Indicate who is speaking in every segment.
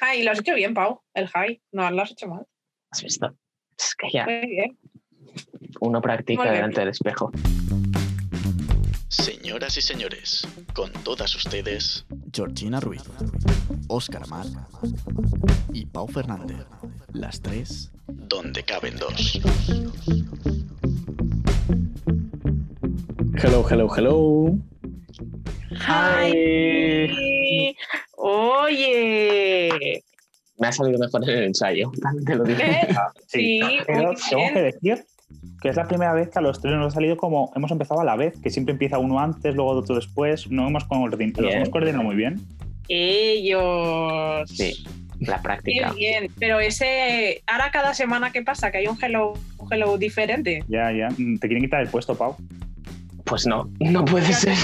Speaker 1: Hi, lo has hecho bien, Pau, el hi. No, lo has hecho mal.
Speaker 2: ¿Has visto? Es que ya
Speaker 1: Muy bien.
Speaker 2: uno practica
Speaker 1: Muy bien.
Speaker 2: delante del espejo.
Speaker 3: Señoras y señores, con todas ustedes,
Speaker 4: Georgina Ruiz, Óscar Mar y Pau Fernández. Las tres.
Speaker 3: donde caben dos.
Speaker 5: Hello, hello, hello.
Speaker 2: Hi.
Speaker 1: Hi. Oye.
Speaker 2: Me ha salido mejor en el ensayo. Te lo digo.
Speaker 1: ¿Eh? Sí,
Speaker 6: Pero
Speaker 1: muy
Speaker 6: tengo que
Speaker 1: bien.
Speaker 6: decir que es la primera vez que a los tres nos ha salido como hemos empezado a la vez, que siempre empieza uno antes, luego otro después. No hemos coordinado, los
Speaker 2: Bien.
Speaker 6: hemos coordinado muy bien.
Speaker 1: Ellos.
Speaker 2: Sí, la
Speaker 1: Qué
Speaker 2: práctica.
Speaker 1: bien. Pero ese. Ahora cada semana que pasa, que hay un hello, un hello diferente.
Speaker 6: Ya, ya. Mm, Te quieren quitar el puesto, Pau.
Speaker 2: Pues no, no puede ser.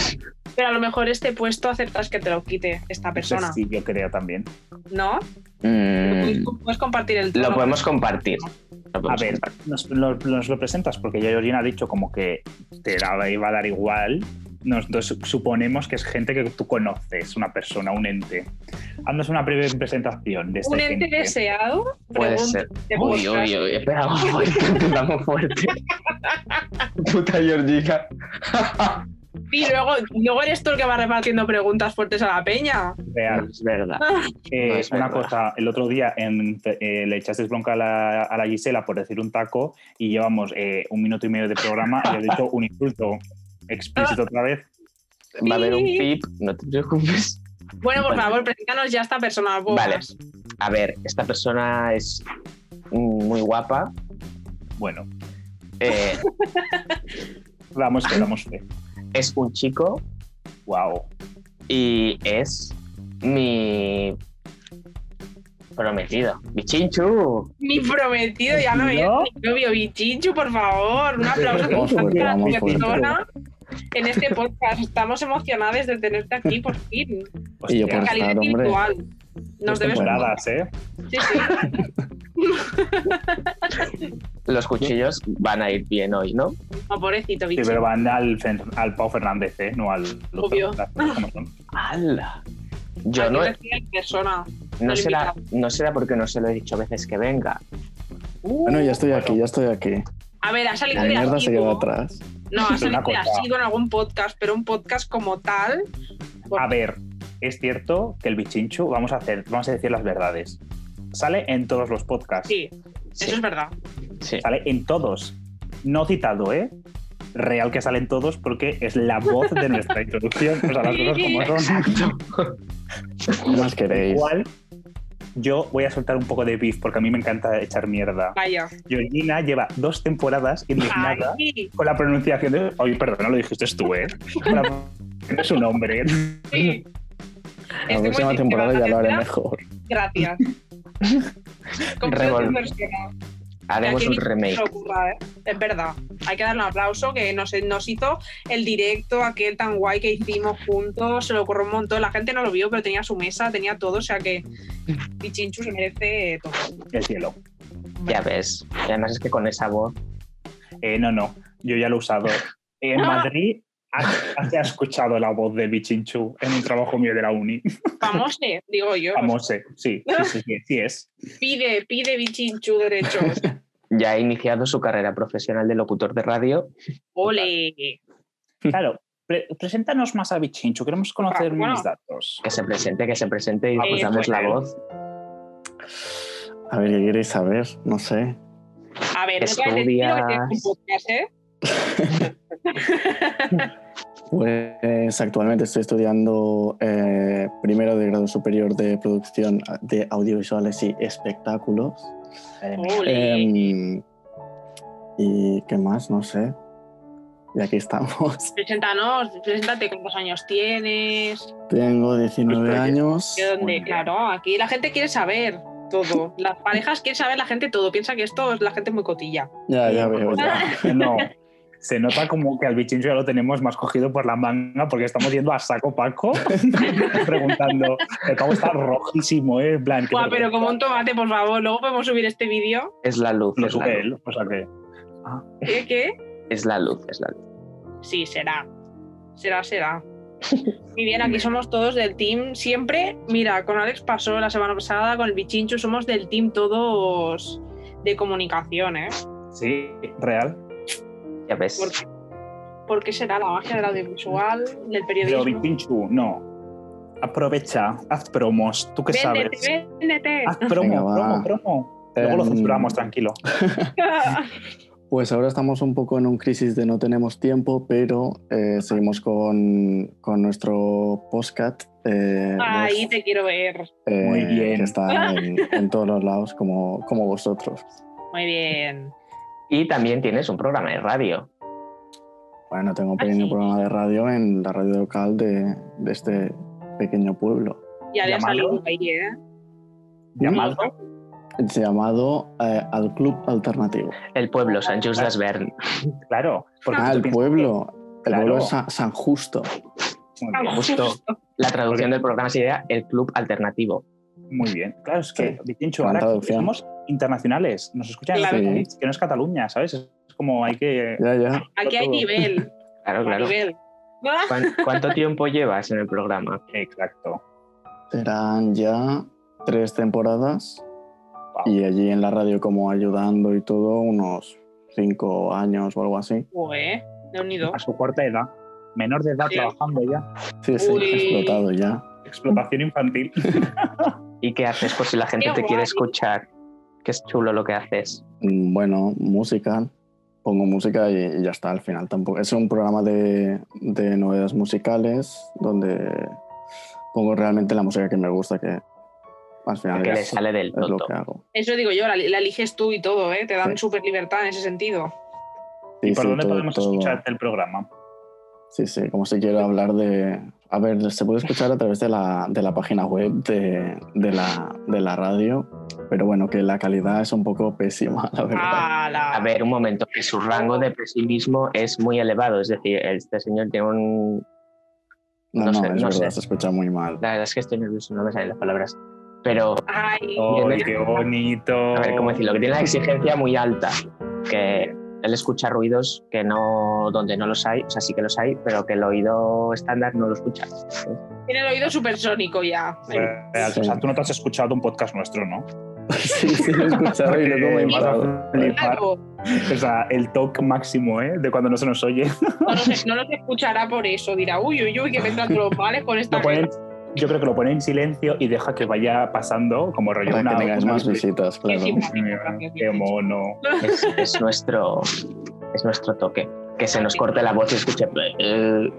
Speaker 1: Pero a lo mejor este puesto aceptas que te lo quite esta persona,
Speaker 6: Sí, yo creo también.
Speaker 1: ¿no?
Speaker 2: Mm,
Speaker 1: Puedes- Puedes compartir el
Speaker 2: lo
Speaker 1: tono.
Speaker 2: podemos compartir. Lo
Speaker 6: A
Speaker 2: podemos
Speaker 6: ver,
Speaker 2: compartir.
Speaker 6: nos, nos- nos lo presentas porque ya Georgina ha dicho como que te la iba a dar igual. Nos, dos suponemos que es gente que tú conoces, una persona, un ente. Haznos una breve presentación de esta
Speaker 1: Un ente
Speaker 6: gente.
Speaker 1: deseado.
Speaker 2: Puede
Speaker 1: pregunta-
Speaker 2: ser.
Speaker 1: te
Speaker 2: Uy,
Speaker 1: buscas-
Speaker 2: uy, uy, empezamos fuerte, empezamos fuerte. Puta Georgina.
Speaker 1: Y luego, luego eres tú el que va repartiendo preguntas fuertes a la peña.
Speaker 6: Real.
Speaker 2: No, es verdad.
Speaker 6: Eh,
Speaker 2: No, es
Speaker 6: una
Speaker 2: verdad.
Speaker 6: cosa, el otro día en- eh, le echasteis bronca a la, a la Gisela por decir un taco y llevamos eh, un minuto y medio de programa y has dicho un insulto explícito otra vez.
Speaker 2: Va a haber un pip, no te preocupes.
Speaker 1: Bueno, por
Speaker 2: Vale.
Speaker 1: favor, preséntanos ya a esta persona.
Speaker 2: Vale.
Speaker 1: Boas.
Speaker 2: A ver, esta persona es mm, muy guapa.
Speaker 6: Bueno,
Speaker 2: eh,
Speaker 6: damos fe, damos fe.
Speaker 2: es un chico
Speaker 6: Wow.
Speaker 2: y es mi prometido. Bichinchu.
Speaker 1: Mi prometido, ya no es
Speaker 6: ¿No?
Speaker 1: mi novio, Bichinchu, por favor. Un aplauso
Speaker 5: Vamos fuerte,
Speaker 1: para
Speaker 5: vamos
Speaker 1: la
Speaker 5: fuerte.
Speaker 1: persona en este podcast. Estamos emocionados de tenerte aquí por fin.
Speaker 5: Y yo
Speaker 6: Hostia,
Speaker 5: por
Speaker 1: En calidad
Speaker 5: estar, hombre.
Speaker 1: virtual. Nos
Speaker 5: Esta
Speaker 1: debes
Speaker 5: temporada.
Speaker 6: temporadas, ¿eh?
Speaker 1: Sí, sí.
Speaker 2: Los cuchillos van a ir bien hoy, ¿no?
Speaker 1: No, pobrecito,
Speaker 6: Sí,
Speaker 1: Bichinchu.
Speaker 6: pero van al, Fen- al Pau Fernández, ¿eh? No al...
Speaker 1: Obvio.
Speaker 6: las cosas como son.
Speaker 2: ¡Hala! Yo
Speaker 1: Hay
Speaker 2: no,
Speaker 1: Ah, que decir en persona.
Speaker 2: no, será, no será porque no se lo he dicho veces que venga.
Speaker 5: Bueno, ya estoy aquí, ya estoy aquí.
Speaker 1: A ver, ha salido
Speaker 5: Uh. La mierda se queda
Speaker 1: creativo.
Speaker 5: atrás.
Speaker 1: No, ha
Speaker 6: Pero una
Speaker 1: salido
Speaker 6: cosa.
Speaker 1: así con algún podcast, pero un podcast como tal. por-
Speaker 6: A ver, es cierto que el bichinchu, vamos a, hacer, vamos a decir las verdades. Sale en todos los podcasts.
Speaker 1: Sí,
Speaker 2: Sí,
Speaker 1: eso es verdad.
Speaker 2: sí.
Speaker 6: Sale en todos. No citado, ¿eh? Real que salen todos porque es la voz de nuestra introducción. O sea, las cosas como son.
Speaker 5: ¿Qué más queréis?
Speaker 6: Igual, yo voy a soltar un poco de beef porque a mí me encanta echar mierda.
Speaker 1: Vaya.
Speaker 6: Georgina lleva dos temporadas
Speaker 5: Pues
Speaker 6: indignada
Speaker 1: Ay,
Speaker 6: con la pronunciación de. Oye, perdón, no lo dijiste tú, ¿eh? Con la pronunciación de su nombre.
Speaker 1: sí. este
Speaker 5: Mm, La próxima
Speaker 1: muy
Speaker 5: temporada ya lo haré
Speaker 1: decepcionada.
Speaker 5: mejor.
Speaker 1: Gracias. Confío en
Speaker 2: Revol-
Speaker 1: tu persona.
Speaker 2: Haremos
Speaker 1: Que
Speaker 2: un
Speaker 1: aquí
Speaker 2: remake.
Speaker 1: se ocurra, ¿eh? Es verdad. Hay que darle un aplauso que nos, nos hizo el directo, aquel tan guay que hicimos juntos. Se le ocurrió un montón. La gente no lo vio, pero tenía su mesa, tenía todo. O sea que Pichinchu se merece todo.
Speaker 6: El cielo.
Speaker 2: Ya ves. Y además es que con esa voz.
Speaker 6: Eh, no, no, yo ya lo he usado. En Madrid ha- se ha escuchado la voz de Bichinchu en un trabajo mío de la uni.
Speaker 1: Famoso, digo yo.
Speaker 6: Famoso, sí, sí, sí, sí, sí es.
Speaker 1: Pide, pide Bichinchu derechos.
Speaker 2: Ya ha iniciado su carrera profesional de locutor de radio.
Speaker 1: Ole.
Speaker 6: Claro, pre- preséntanos más a Bichinchu, queremos conocer
Speaker 1: Bueno.
Speaker 6: mis datos.
Speaker 2: Que se presente, que se presente y
Speaker 6: Ah,
Speaker 2: pues
Speaker 1: pues
Speaker 2: damos la
Speaker 6: bueno.
Speaker 2: voz.
Speaker 5: A ver, ¿qué queréis saber? No sé.
Speaker 1: A ver, no te voy a decir lo que tienes
Speaker 2: Estudias.
Speaker 1: un podcast, ¿eh?
Speaker 5: Pues actualmente estoy estudiando eh, primero de grado superior de producción de audiovisuales y espectáculos.
Speaker 6: Madre mía.
Speaker 1: Ole.
Speaker 5: Em, ¿Y qué más? No sé. Y aquí estamos.
Speaker 1: Preséntanos, preséntate cuántos años tienes,
Speaker 5: Tengo 19
Speaker 2: Pues, oye,
Speaker 5: años.
Speaker 1: de dónde. Claro, aquí la gente quiere saber todo. Las parejas quieren saber la gente todo. Piensa que esto es la gente muy cotilla.
Speaker 5: Ya, ya veo.
Speaker 6: O
Speaker 5: ya.
Speaker 6: sea, No, se nota como que al Bichinchu ya lo tenemos más cogido por la manga porque estamos yendo a saco Paco preguntando. El cabo está rojísimo, ¿eh? En plan, qué
Speaker 1: Buah, pero
Speaker 6: vergüenza.
Speaker 1: como un tomate, por favor. Luego podemos subir este vídeo.
Speaker 2: Es la luz.
Speaker 6: Lo
Speaker 2: Es la
Speaker 6: sube
Speaker 2: luz,
Speaker 6: él, o sea que.
Speaker 1: ¿Qué? ¿Qué?
Speaker 2: es la luz. es la luz.
Speaker 1: Sí, será. Será, será. Muy bien, aquí somos todos del team. Siempre, mira, con Alex pasó la semana pasada, con el Bichinchu somos del team todos de comunicación, ¿eh?
Speaker 6: Sí, real.
Speaker 2: Ya ves.
Speaker 1: ¿Por qué, por qué será la magia del audiovisual, del
Speaker 6: Pero
Speaker 1: periodismo?
Speaker 6: Pinchu, no. Aprovecha, haz promos, tú que sabes.
Speaker 1: Véndete, véndete.
Speaker 6: Haz promo,
Speaker 5: Venga, va.
Speaker 6: promo, promo. Luego lo
Speaker 5: Em,
Speaker 6: censuramos, tranquilo. Ah.
Speaker 5: Pues ahora estamos un poco en un crisis de no tenemos tiempo, pero eh, seguimos con, con nuestro podcast. eh,
Speaker 1: Ahí
Speaker 5: voz,
Speaker 1: te quiero ver.
Speaker 5: eh,
Speaker 6: Muy bien.
Speaker 5: Que está en, en todos los lados, como, como vosotros.
Speaker 1: Muy bien.
Speaker 2: Y también tienes un programa de radio.
Speaker 5: Bueno, tengo un pequeño
Speaker 1: sí.
Speaker 5: programa de radio en la radio local de, de este pequeño pueblo,
Speaker 1: Ya le ha salido
Speaker 6: Llamadlo.
Speaker 1: ahí, ¿eh?
Speaker 6: Llamado.
Speaker 5: llamado eh, Al Club Alternativo.
Speaker 2: El pueblo, San Just d'Asvern.
Speaker 6: Claro. porque
Speaker 5: Ah,
Speaker 6: tú
Speaker 5: el
Speaker 6: piensas-
Speaker 5: pueblo. El
Speaker 6: Claro.
Speaker 5: pueblo es Sa- San Justo.
Speaker 6: Muy
Speaker 1: Ah,
Speaker 6: bien,
Speaker 2: Justo. La traducción del programa sería El Club Alternativo.
Speaker 6: Muy bien. Claro, es que,
Speaker 5: Sí.
Speaker 6: Vicencho,
Speaker 5: Con
Speaker 6: ahora que
Speaker 5: traducción.
Speaker 6: somos internacionales. Nos escuchan en
Speaker 1: Claro.
Speaker 6: otro país, que no es Cataluña, ¿sabes? Es como hay que.
Speaker 5: Ya, ya.
Speaker 1: Aquí hay
Speaker 6: Todo.
Speaker 1: nivel.
Speaker 2: Claro,
Speaker 1: hay
Speaker 2: claro.
Speaker 1: nivel.
Speaker 2: ¿Cuán- ¿Cuánto tiempo llevas en el programa?
Speaker 6: Exacto.
Speaker 5: Serán ya tres temporadas
Speaker 6: Wow.
Speaker 5: y allí en la radio como ayudando y todo unos cinco años o algo así.
Speaker 1: Ué, de unido.
Speaker 6: A su corta edad, menor de edad
Speaker 1: Sí.
Speaker 6: trabajando ya.
Speaker 5: Sí, sí,
Speaker 1: Uy.
Speaker 5: explotado ya.
Speaker 6: Explotación infantil.
Speaker 2: ¿Y qué haces por si la gente
Speaker 1: Qué
Speaker 2: te quiere
Speaker 1: guay.
Speaker 2: escuchar? Qué es chulo lo que haces.
Speaker 5: Mm, Bueno, música. Pongo música y, y ya está al final tampoco. Es un programa de, de novedades musicales donde pongo realmente la música que me gusta, que al final
Speaker 2: Que le
Speaker 5: es,
Speaker 2: sale del
Speaker 5: es lo
Speaker 2: toto.
Speaker 5: que hago.
Speaker 1: Eso digo yo, la, la eliges tú y todo, ¿eh? Te dan
Speaker 5: Sí.
Speaker 1: súper libertad en ese sentido.
Speaker 5: Sí,
Speaker 6: ¿Y por
Speaker 5: sí,
Speaker 6: dónde
Speaker 5: todo-
Speaker 6: podemos
Speaker 5: todo-
Speaker 6: escuchar el programa?
Speaker 5: Sí, sí, como si quiero hablar de... A ver, se puede escuchar a través de la, de la página web de, de la, de la radio, pero bueno, que la calidad es un poco pésima, la verdad.
Speaker 1: ¡Hala!
Speaker 2: A ver, un momento, que su rango de pesimismo es muy elevado. Es decir, este señor tiene un,
Speaker 5: no,
Speaker 2: no
Speaker 5: no,
Speaker 2: sé,
Speaker 5: es
Speaker 2: no
Speaker 5: verdad,
Speaker 2: sé.
Speaker 5: se escucha muy mal.
Speaker 2: La verdad es que estoy nervioso, no me salen las palabras. Pero,
Speaker 1: Ay,
Speaker 6: ¡Ay, qué bonito!
Speaker 2: a ver, ¿cómo decirlo? Que tiene la exigencia muy alta. Que él escucha ruidos que no, donde no los hay, o sea, sí que los hay, pero que el oído estándar no lo escucha.
Speaker 1: tiene el oído supersónico ya.
Speaker 6: Real, O sea, tú no te has escuchado un podcast nuestro, ¿no?
Speaker 5: sí, sí, lo he escuchado y luego me he
Speaker 6: Vas a
Speaker 5: enfadado.
Speaker 6: flipar.
Speaker 1: Claro,
Speaker 6: O sea, el toque máximo, ¿eh? De cuando no se nos oye.
Speaker 1: no los, no los escuchará por eso. Dirá, uy, uy, uy, que me entran todos los males con esta.
Speaker 6: Lo ponen- yo creo que lo pone en silencio y deja que vaya pasando como rollo
Speaker 5: Para
Speaker 6: una-
Speaker 5: que tengáis
Speaker 6: una-
Speaker 5: más visitas,
Speaker 1: Que
Speaker 5: claro.
Speaker 1: sí,
Speaker 6: Qué mono.
Speaker 2: Es, es nuestro, es nuestro toque. Que se nos corte la voz y escuche. "Eh",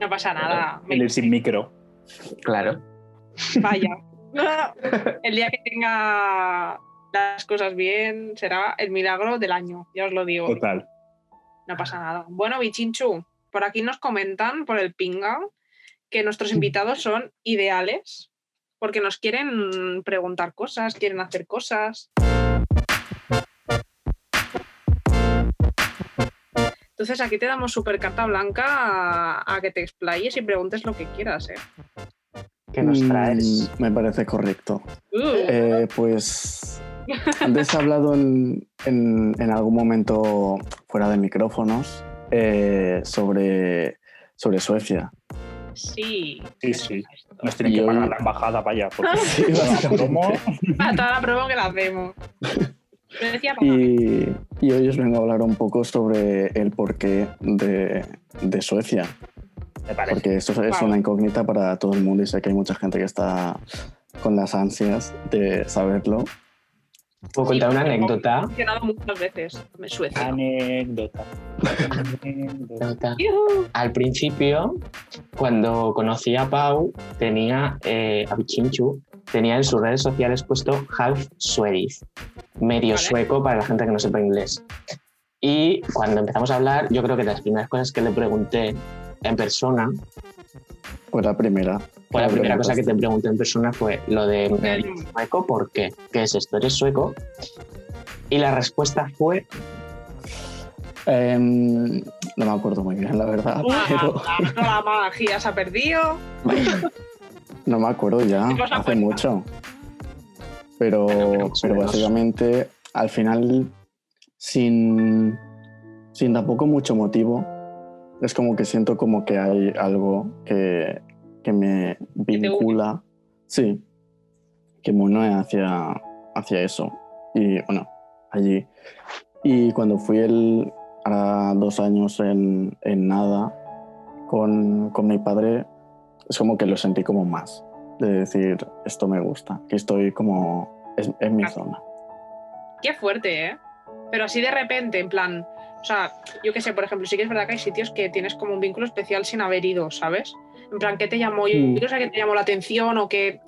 Speaker 1: No pasa nada.
Speaker 6: El ir sin micro.
Speaker 2: claro.
Speaker 1: Vaya. El día que tenga las cosas bien será el milagro del año, ya os lo digo.
Speaker 6: Total.
Speaker 1: No pasa nada. Bueno, Bichinchu, por aquí nos comentan por el pinga que nuestros invitados son ideales porque nos quieren preguntar cosas, quieren hacer cosas. Entonces aquí te damos super carta blanca a, a que te explayes y preguntes lo que quieras, ¿eh?
Speaker 2: ¿Qué nos traes?
Speaker 5: Mm, Me parece correcto.
Speaker 1: Uh.
Speaker 5: Eh, pues antes he hablado en, en- en algún momento fuera de micrófonos eh, sobre, sobre Suecia.
Speaker 1: Sí.
Speaker 6: Sí, sí. Nos
Speaker 1: Esto.
Speaker 6: tienen
Speaker 5: Y
Speaker 6: que
Speaker 5: hoy-
Speaker 6: pagar la embajada, vaya.
Speaker 2: Ah.
Speaker 6: Porque
Speaker 5: Sí, básicamente.
Speaker 6: ¿Cómo?
Speaker 1: A toda la prueba que la hacemos. Lo decía para mí.
Speaker 5: Y, y hoy os vengo a hablar un poco sobre el porqué de, de Suecia,
Speaker 6: Me parece.
Speaker 5: porque esto es
Speaker 1: Vale.
Speaker 5: una incógnita para todo el mundo y sé que hay mucha gente que está con las ansias de saberlo.
Speaker 2: Mm, ¿Puedo contar una anécdota?
Speaker 1: He mencionado muchas veces. Me Suecia.
Speaker 6: Anécdota. Anécdota.
Speaker 2: Anécdota.
Speaker 1: Yujú.
Speaker 2: Al principio, cuando conocí a Pau, tenía eh, a Pichinchu, tenía en sus redes sociales puesto half Swedish, medio
Speaker 1: Vale.
Speaker 2: sueco para la gente que no sepa inglés. Y cuando empezamos a hablar, yo creo que de las primeras cosas que le pregunté en persona,
Speaker 5: Pues la primera.
Speaker 2: fue la
Speaker 5: Claro,
Speaker 2: primera
Speaker 5: me
Speaker 2: cosa que
Speaker 5: pasa.
Speaker 2: te pregunté en persona fue lo de ¿me
Speaker 1: Claro.
Speaker 2: dices sueco, ¿por qué? ¿Qué es esto? ¿Eres sueco? Y la respuesta fue,
Speaker 1: Ah,
Speaker 5: Em, no me acuerdo muy bien, la verdad,
Speaker 1: Ah,
Speaker 5: pero
Speaker 1: claro, la magia se ha perdido.
Speaker 5: no me acuerdo ya,
Speaker 1: Sí, pues la
Speaker 5: hace
Speaker 1: cuenta.
Speaker 5: mucho. Pero,
Speaker 2: Bueno, pero más o
Speaker 5: pero
Speaker 2: menos.
Speaker 5: básicamente, al final, sin, sin tampoco mucho motivo, Es como que siento como que hay algo que, que me
Speaker 1: te une.
Speaker 5: vincula. Sí, que me une hacia, hacia eso. Y bueno, allí. Y cuando fui el, hará dos años en, en nada con, con mi padre, es como que lo sentí como más. De decir, esto me gusta, que estoy como es- en mi
Speaker 1: Ah.
Speaker 5: zona.
Speaker 1: Qué fuerte, ¿eh? Pero así de repente, en plan, o sea, yo qué sé, por ejemplo, sí que es verdad que hay sitios que tienes como un vínculo especial sin haber ido, ¿sabes? En plan, ¿qué te llamó? Yo
Speaker 5: Mm.
Speaker 1: no sé qué te llamó la atención o qué,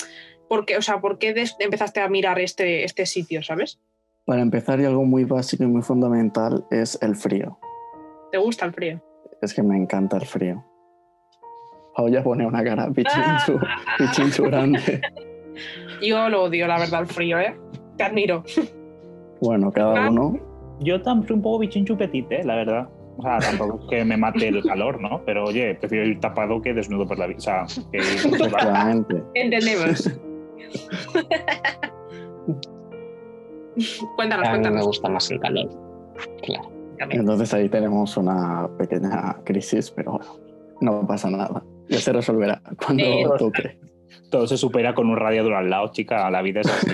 Speaker 1: por qué- o sea, ¿por qué des- empezaste a mirar este, este sitio, ¿sabes?
Speaker 5: Para empezar, y algo muy básico y muy fundamental es el frío.
Speaker 1: ¿Te gusta el frío?
Speaker 5: Es que me encanta el frío. Pau ya pone una cara pichinchu, pichinchu grande.
Speaker 1: Yo lo odio, la verdad, el frío, ¿eh? Te admiro.
Speaker 5: Bueno, cada
Speaker 1: Ah.
Speaker 5: uno.
Speaker 6: Yo también soy un poco bichinchu petit, eh, la verdad. O sea, tampoco es que me mate el calor, ¿no? Pero oye, prefiero ir tapado que desnudo por la vida. O sea, que ir por la-
Speaker 5: Efectivamente.
Speaker 1: Entendemos. cuéntanos,
Speaker 2: A mí me
Speaker 1: cuéntanos.
Speaker 2: gusta más el calor. Claro.
Speaker 5: Entonces ahí tenemos una pequeña crisis, pero bueno, no pasa nada. Ya se resolverá cuando
Speaker 1: Eh.
Speaker 5: toque.
Speaker 6: todo se supera con un radiador al lado, chica. La vida es así,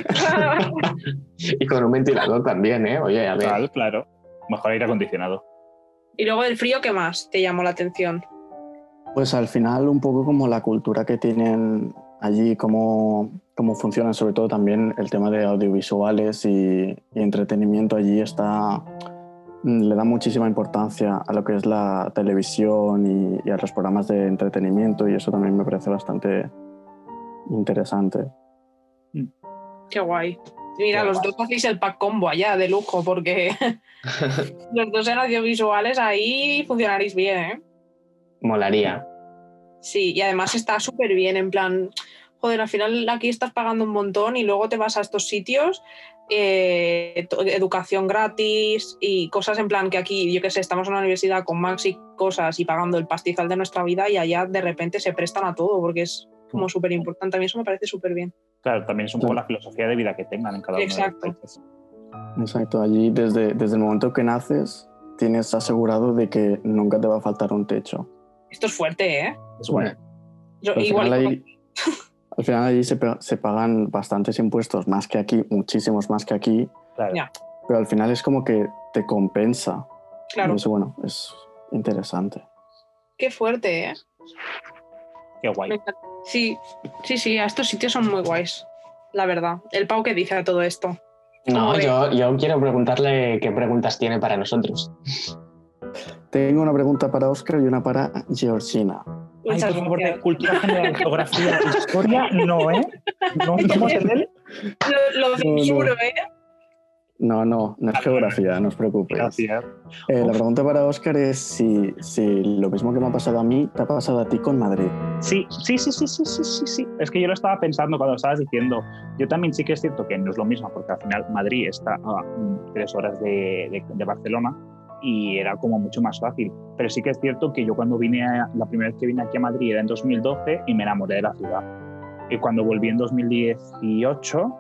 Speaker 2: Y con un ventilador también, ¿eh? Oye, a ver.
Speaker 6: tal, claro. Mejor aire acondicionado.
Speaker 1: y luego del frío, ¿qué más te llamó la atención?
Speaker 5: Pues al final un poco como la cultura que tienen allí, cómo, cómo funciona, sobre todo también el tema de audiovisuales y, y entretenimiento allí está mm, le da muchísima importancia a lo que es la televisión y, y a los programas de entretenimiento y eso también me parece bastante interesante.
Speaker 1: Qué guay. Mira,
Speaker 6: Qué
Speaker 1: los
Speaker 6: guay.
Speaker 1: dos hacéis el pack combo allá, de lujo, porque los dos en audiovisuales ahí funcionaréis bien, ¿eh?
Speaker 2: Molaría.
Speaker 1: Sí, y además está súper bien, en plan, joder, al final aquí estás pagando un montón y luego te vas a estos sitios, eh, to- educación gratis y cosas en plan que aquí, yo qué sé, estamos en una universidad con max y cosas y pagando el pastizal de nuestra vida y allá de repente se prestan a todo porque es
Speaker 5: Mm.
Speaker 1: como súper importante. A mí eso me parece súper bien.
Speaker 6: Claro, también es un poco la filosofía de vida que tengan en cada uno
Speaker 1: Exacto.
Speaker 6: de los países.
Speaker 5: Exacto, allí desde, desde el momento que naces tienes asegurado de que nunca te va a faltar un techo.
Speaker 1: Esto es fuerte, ¿eh?
Speaker 6: Es guay.
Speaker 1: Yo-
Speaker 5: Pero al,
Speaker 1: igual
Speaker 5: final ahí- al final allí se, pa- se pagan bastantes impuestos, más que aquí, muchísimos más que aquí,
Speaker 6: Claro.
Speaker 1: Ya.
Speaker 5: pero al final es como que te compensa.
Speaker 1: claro,
Speaker 5: Y eso, bueno, es interesante.
Speaker 1: qué fuerte, ¿eh?
Speaker 6: Qué guay.
Speaker 1: Me encanta. Sí, sí, sí, a estos sitios son muy guays, la verdad. El Pau que dice a todo esto.
Speaker 2: No,
Speaker 1: Hombre.
Speaker 2: yo, yo quiero preguntarle qué preguntas tiene para nosotros.
Speaker 5: Tengo una pregunta para Oscar y una para Georgina.
Speaker 6: Ay,
Speaker 1: Muchas
Speaker 6: por favor, de
Speaker 1: gracias.
Speaker 6: cultura general, geografía, historia, no, ¿eh? No estamos en él.
Speaker 1: Lo, lo
Speaker 5: No, no.
Speaker 1: juro, ¿eh?
Speaker 5: No, no, no es geografía, no os
Speaker 6: Pues,
Speaker 5: preocupéis.
Speaker 6: Gracias.
Speaker 5: Eh, la pregunta para Oscar es si, si lo mismo que me ha pasado a mí te ha pasado a ti con Madrid.
Speaker 6: Sí, sí, sí, sí, sí, sí, sí, sí. Es que yo lo estaba pensando cuando lo estabas diciendo. Yo también sí que es cierto que no es lo mismo, porque al final Madrid está a mm, tres horas de, de- de Barcelona y era como mucho más fácil. Pero sí que es cierto que yo cuando vine, a- la primera vez que vine aquí a Madrid era en 2012 y me enamoré de la ciudad. Y cuando volví en 2018,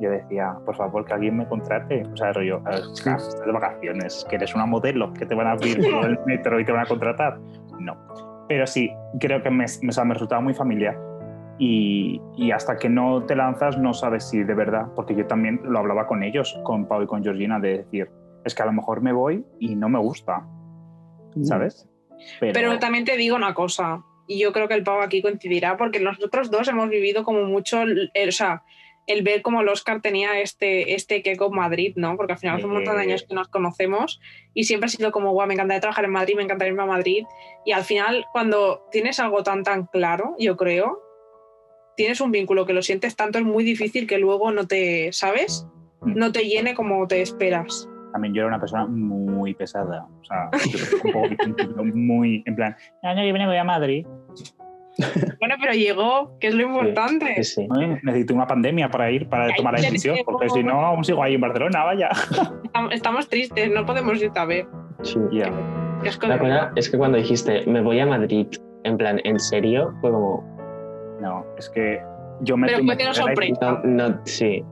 Speaker 6: yo decía, por favor, que alguien me contrate. O sea, rollo, "Ah, chica, estás de vacaciones, que eres una modelo, que te van a abrir por el metro y te van a contratar. No. Pero sí, creo que me, me- o sea, me resultaba muy familiar. Y, y hasta que no te lanzas no sabes si de verdad, porque yo también lo hablaba con ellos, con Pau y con Georgina, de decir, es que a lo mejor me voy y no me gusta,
Speaker 2: Mm.
Speaker 6: ¿sabes?
Speaker 1: Pero también te digo una cosa, y yo creo que el Pau aquí coincidirá, porque nosotros dos hemos vivido como mucho, el, el- o sea, el ver cómo el Oscar tenía este, este que con Madrid, ¿no? Porque al final hace un montón de
Speaker 6: Eh.
Speaker 1: años que nos conocemos y siempre ha sido como, guau, me encantaría trabajar en Madrid, me encantaría irme a Madrid. Y al final, cuando tienes algo tan, tan claro, yo creo, tienes un vínculo que lo sientes tanto, es muy difícil que luego no te, ¿sabes?
Speaker 6: Mm.
Speaker 1: No te llene como te esperas.
Speaker 6: también yo era una persona muy pesada, o sea, yo era un poco muy, en plan, año que viene voy a Madrid,
Speaker 1: Bueno, pero llegó, que es lo importante.
Speaker 2: Sí, sí.
Speaker 6: Ay, necesito una pandemia para ir, para tomar la
Speaker 1: ya
Speaker 6: decisión,
Speaker 1: te digo.
Speaker 6: porque si no, aún sigo ahí en Barcelona, vaya.
Speaker 1: Estam- Estamos tristes, no podemos irte a ver.
Speaker 2: sí.
Speaker 6: Ya.
Speaker 1: Que es con-
Speaker 2: La cosa es que cuando dijiste, me voy a Madrid, en plan, en serio, fue como,
Speaker 6: No, es que yo me...
Speaker 1: Pero
Speaker 6: me-
Speaker 1: fue que nos sorprendió.
Speaker 2: no, no, sí.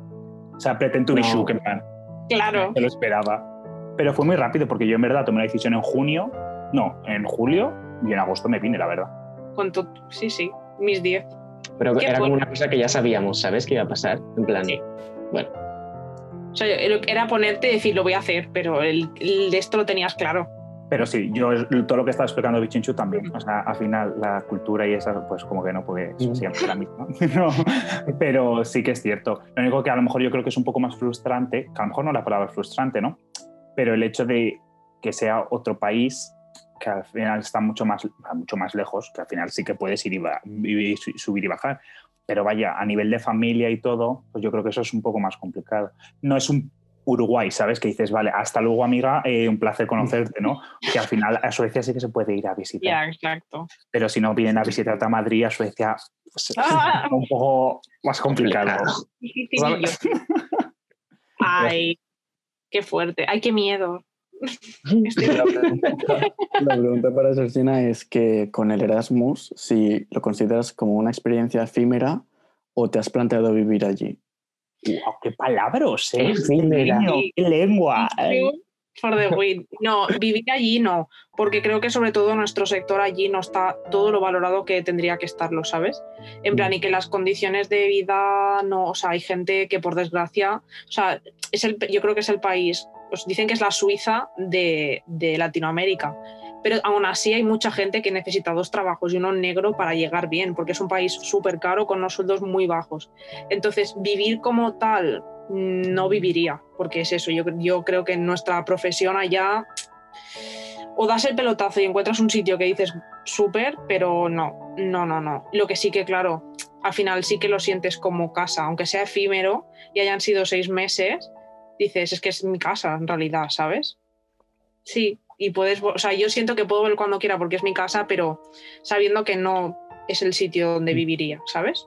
Speaker 6: O sea, pretend to be
Speaker 2: No.
Speaker 6: shook, en plan,
Speaker 1: Claro,
Speaker 6: No lo esperaba. Pero fue muy rápido porque yo en verdad tomé la decisión en junio, No, en julio y en agosto me vine, la verdad.
Speaker 1: Con to- sí, sí, mis 10.
Speaker 2: Pero
Speaker 1: Qué
Speaker 2: era como
Speaker 1: fuerte.
Speaker 2: una cosa que ya sabíamos, ¿sabes? Que iba a pasar. En plan,
Speaker 1: Sí. O sea, yo- era ponerte y decir, lo voy a hacer, pero el, el de esto lo tenías claro.
Speaker 6: Pero sí, yo es- todo lo que estaba explicando Bichinchu también. O sea, al final la cultura y esa, pues como que no, porque es
Speaker 2: Mm.
Speaker 6: siempre la misma. No, pero sí que es cierto. Lo único que a lo mejor yo creo que es un poco más frustrante, que a lo mejor no la palabra es frustrante, ¿no? Pero el hecho de que sea otro país que al final está mucho más, mucho más lejos, que al final sí que puedes ir y, ba- y su- subir y bajar. Pero vaya, a nivel de familia y todo, pues yo creo que eso es un poco más complicado. No es un Uruguay, ¿sabes? Que dices, vale, hasta luego, amiga, eh, un placer conocerte, ¿no? Que al final a Suecia sí que se puede ir a visitar.
Speaker 1: Ya, exacto.
Speaker 6: Pero si no vienen a visitar a Madrid, a Suecia, pues, es
Speaker 1: Ah.
Speaker 6: un poco más complicado.
Speaker 1: Dificilillo. Ay, qué fuerte. Ay, qué miedo. Estoy-
Speaker 5: La pregunta, la pregunta para Georgina es que con el Erasmus, si lo consideras como una experiencia efímera o te has planteado vivir allí.
Speaker 6: Guau, ¡Qué palabros, eh!
Speaker 2: Efímera.
Speaker 6: Niño, ¡Qué lengua! eh.
Speaker 1: For the win. No, vivir allí no, porque creo que sobre todo nuestro sector allí no está todo lo valorado que tendría que estarlo, ¿sabes? En plan, y que las condiciones de vida no, o sea, hay gente que por desgracia, o sea, es el, yo creo que es el país, os dicen que es la Suiza de, de Latinoamérica, pero aún así hay mucha gente que necesita dos trabajos y uno negro para llegar bien, porque es un país súper caro con unos sueldos muy bajos. Entonces, vivir como tal no viviría, porque es eso. Yo, yo creo que en nuestra profesión allá o das el pelotazo y encuentras un sitio que dices súper, pero no, no, no, no. Lo que sí que, claro, al final sí que lo sientes como casa, aunque sea efímero y hayan sido seis meses, dices, es que es mi casa en realidad, ¿sabes? Sí, y puedes, vo- o sea, yo siento que puedo volver cuando quiera porque es mi casa, pero sabiendo que no es el sitio donde viviría, ¿sabes?